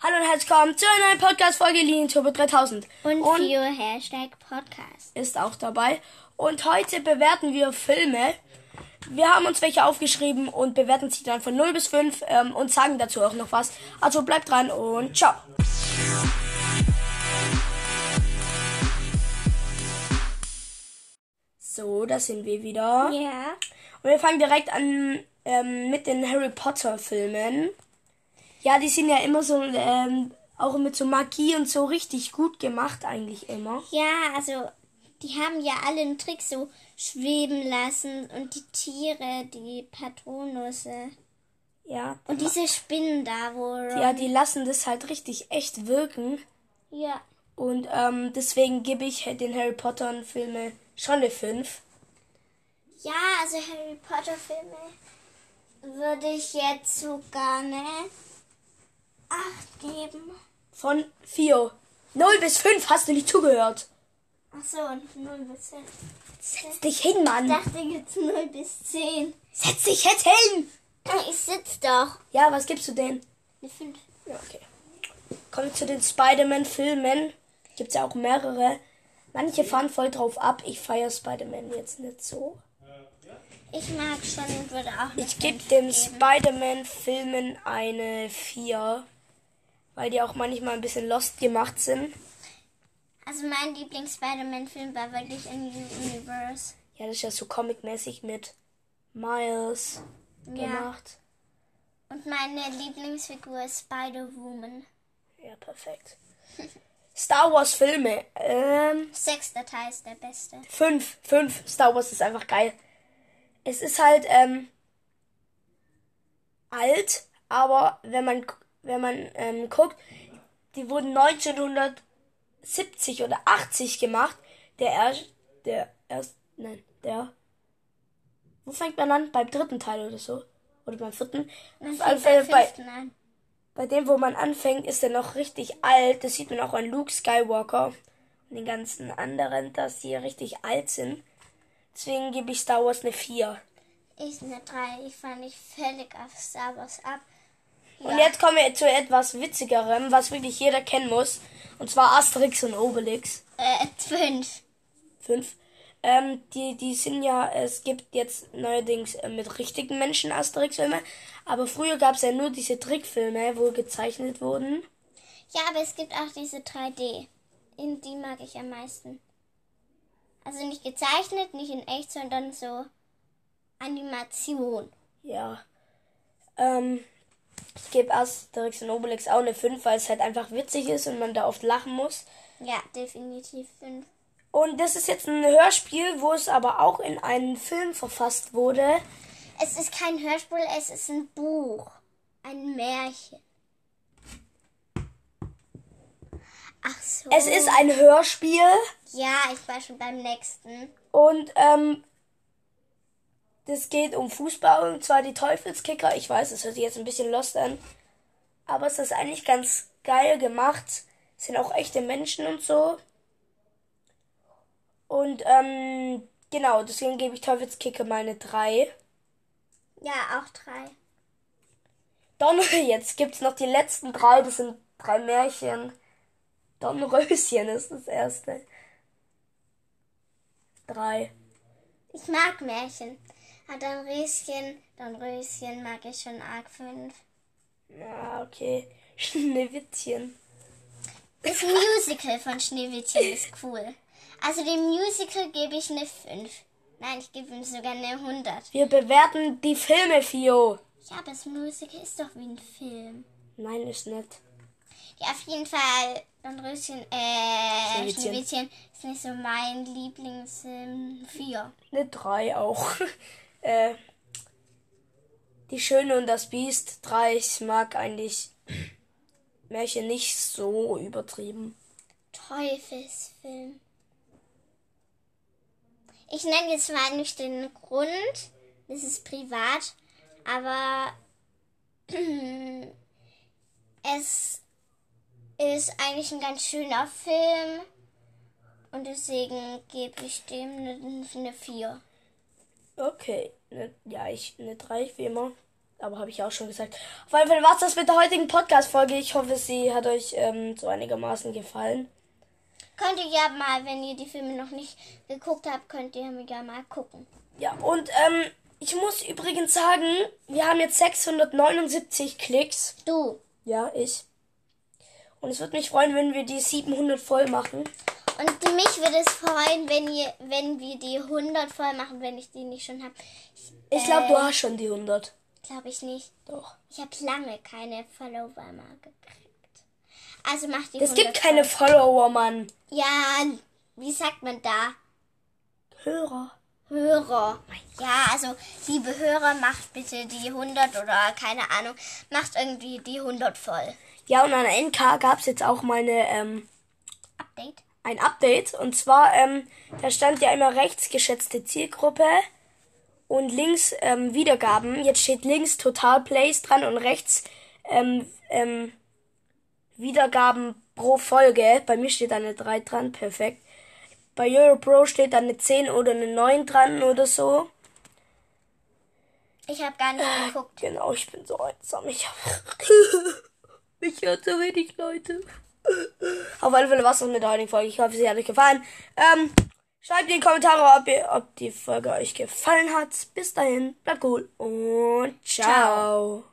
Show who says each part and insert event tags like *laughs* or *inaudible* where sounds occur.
Speaker 1: Hallo und herzlich willkommen zu einer neuen Podcast-Folge Linien Turbo 3000.
Speaker 2: Und,
Speaker 1: Und-
Speaker 2: Fio Hashtag Podcast.
Speaker 1: Ist auch dabei. Und heute bewerten wir Filme. Wir haben uns welche aufgeschrieben und bewerten sie dann von 0 bis 5 ähm, und sagen dazu auch noch was. Also bleibt dran und ciao. So, da sind wir wieder.
Speaker 2: Ja.
Speaker 1: Und wir fangen direkt an ähm, mit den Harry Potter Filmen. Ja, die sind ja immer so, ähm, auch mit so Magie und so richtig gut gemacht eigentlich immer.
Speaker 2: Ja, also die haben ja alle einen Trick so schweben lassen und die Tiere, die Patronusse
Speaker 1: Ja,
Speaker 2: und diese Spinnen da wo.
Speaker 1: ja, die lassen das halt richtig echt wirken.
Speaker 2: ja.
Speaker 1: Und ähm, deswegen gebe ich den Harry Potter Filme schon eine 5.
Speaker 2: Ja, also Harry Potter Filme würde ich jetzt sogar ne acht geben.
Speaker 1: Von 4. 0 bis 5 hast du nicht zugehört.
Speaker 2: Achso, und 0 bis 10.
Speaker 1: Setz dich hin,
Speaker 2: Ich
Speaker 1: Mann.
Speaker 2: dachte jetzt 0 bis 10.
Speaker 1: Setz dich jetzt hin.
Speaker 2: Ich sitz doch.
Speaker 1: Ja, was gibst du denn?
Speaker 2: Eine 5.
Speaker 1: Ja, okay. Kommen wir zu den Spider-Man-Filmen. Gibt's ja auch mehrere. Manche fahren voll drauf ab. Ich feiere Spider-Man jetzt nicht so.
Speaker 2: Ich mag schon und würde auch eine
Speaker 1: Ich gebe
Speaker 2: fünf
Speaker 1: den Spider-Man-Filmen eine 4. Weil die auch manchmal ein bisschen lost gemacht sind.
Speaker 2: Also mein Lieblings-Spider-Man-Film war wirklich in Universe.
Speaker 1: Ja, das ist ja so comic-mäßig mit Miles gemacht.
Speaker 2: Und meine Lieblingsfigur ist Spider-Woman.
Speaker 1: Ja, perfekt. *laughs* Star Wars-Filme. Ähm,
Speaker 2: Sechster Teil ist der beste.
Speaker 1: Fünf, fünf. Star Wars ist einfach geil. Es ist halt ähm, alt, aber wenn man wenn man ähm, guckt, die wurden 1970 oder 80 gemacht. Der erst, der erst, nein, der. Wo fängt man an? Beim dritten Teil oder so oder beim vierten? Auf alle Fälle
Speaker 2: beim
Speaker 1: Also, äh, bei
Speaker 2: fünften an.
Speaker 1: bei dem, wo man anfängt, ist er noch richtig alt. Das sieht man auch an Luke Skywalker und den ganzen anderen, dass die richtig alt sind. Deswegen gebe ich Star Wars eine 4.
Speaker 2: Ich eine 3. Ich fand mich völlig auf Star Wars ab.
Speaker 1: Und jetzt kommen wir zu etwas Witzigerem, was wirklich jeder kennen muss. Und zwar Asterix und Obelix.
Speaker 2: Äh, 5.
Speaker 1: 5. Ähm, die, die sind ja, es gibt jetzt neuerdings äh, mit richtigen Menschen Asterix-Filme. Aber früher gab es ja nur diese Trickfilme, wo gezeichnet wurden.
Speaker 2: Ja, aber es gibt auch diese 3D. In die mag ich am meisten. Also nicht gezeichnet, nicht in echt, sondern so Animation.
Speaker 1: Ja. Ähm, ich gebe Asterix und Obelix auch eine 5, weil es halt einfach witzig ist und man da oft lachen muss.
Speaker 2: Ja, definitiv 5.
Speaker 1: Und das ist jetzt ein Hörspiel, wo es aber auch in einen Film verfasst wurde.
Speaker 2: Es ist kein Hörspiel, es ist ein Buch. Ein Märchen. Ach so.
Speaker 1: Es ist ein Hörspiel
Speaker 2: ja, ich war schon beim nächsten.
Speaker 1: und ähm, das geht um Fußball und zwar die Teufelskicker. Ich weiß, es hört sich jetzt ein bisschen lost an, aber es ist eigentlich ganz geil gemacht. Es sind auch echte Menschen und so. Und ähm, genau, deswegen gebe ich Teufelskicker mal eine 3.
Speaker 2: Ja, auch drei.
Speaker 1: Donner, *laughs* jetzt gibt's noch die letzten drei, das sind drei Märchen. Dornröschen ist das erste. Drei.
Speaker 2: Ich mag Märchen. Ah, dann Röschen, dann Röschen mag ich schon arg fünf.
Speaker 1: Ja, Ah, okay. *laughs* Schneewittchen.
Speaker 2: Das Musical von Schneewittchen ist cool. Also dem Musical gebe ich eine 5. Nein, ich gebe ihm sogar eine 100.
Speaker 1: Wir bewerten die Filme, Fio.
Speaker 2: Ja, aber das Musical ist doch wie ein Film.
Speaker 1: Nein, ist nicht.
Speaker 2: Ja, auf jeden Fall. Don Röschen, äh,
Speaker 1: Schneewittchen.
Speaker 2: Schneewittchen ist nicht so mein Lieblings ähm, vier.
Speaker 1: Eine drei auch. *laughs* äh, die Schöne und das Biest. Drei, ich mag eigentlich *clears throat* Märchen nicht so übertrieben.
Speaker 2: Teufelsfilm. Ich nenne jetzt mal nicht den Grund. Das ist privat. Aber *clears throat* es ist eigentlich ein ganz schöner Film. Und deswegen gebe ich dem eine- eine 4.
Speaker 1: Okay. Ne, ja, ich eine drei, wie immer. Aber habe ich auch schon gesagt. Auf jeden Fall war's das mit der heutigen Podcast-Folge. Ich hoffe, sie hat euch ähm, so einigermaßen gefallen.
Speaker 2: Könnt ihr ja mal, wenn ihr die Filme noch nicht geguckt habt, könnt ihr ja mal gucken.
Speaker 1: Ja, und ähm, ich muss übrigens sagen, wir haben jetzt 679 Klicks.
Speaker 2: Du.
Speaker 1: Ja, ich. Und es würde mich freuen, wenn wir die 700 voll machen.
Speaker 2: Und mich würde es freuen, wenn ihr, wenn wir die 100 voll machen, wenn ich die nicht schon habe.
Speaker 1: Ich glaube, du hast schon die 100.
Speaker 2: Glaube ich nicht.
Speaker 1: Doch.
Speaker 2: Ich habe lange keine Follower mehr gekriegt. Also macht die
Speaker 1: Es
Speaker 2: 100
Speaker 1: gibt keine Follower, Mann.
Speaker 2: voll. Ja, wie sagt man da?
Speaker 1: Hörer.
Speaker 2: Hörer. Ja, also liebe Hörer, macht bitte die 100 oder keine Ahnung, macht irgendwie die 100 voll.
Speaker 1: Ja, und an der NK gab's jetzt auch mal eine, ähm,
Speaker 2: Update?
Speaker 1: ein Update. Und zwar, ähm, da stand ja immer rechts geschätzte Zielgruppe und links ähm, Wiedergaben. Jetzt steht links Total Plays dran und rechts ähm, ähm, Wiedergaben pro Folge. Bei mir steht da eine 3 dran, perfekt. Bei Europro steht da eine 10 oder eine 9 dran oder so.
Speaker 2: Ich habe
Speaker 1: *clears throat*
Speaker 2: gar nicht geguckt.
Speaker 1: Genau, ich bin so einsam. Ich *laughs* Mich hört so wenig Leute. Auf alle Fälle war es das mit der heutigen Folge. Ich hoffe, sie hat euch gefallen. Ähm, schreibt in die Kommentare, ob, ihr, ob die Folge euch gefallen hat. Bis dahin, bleibt cool und ciao.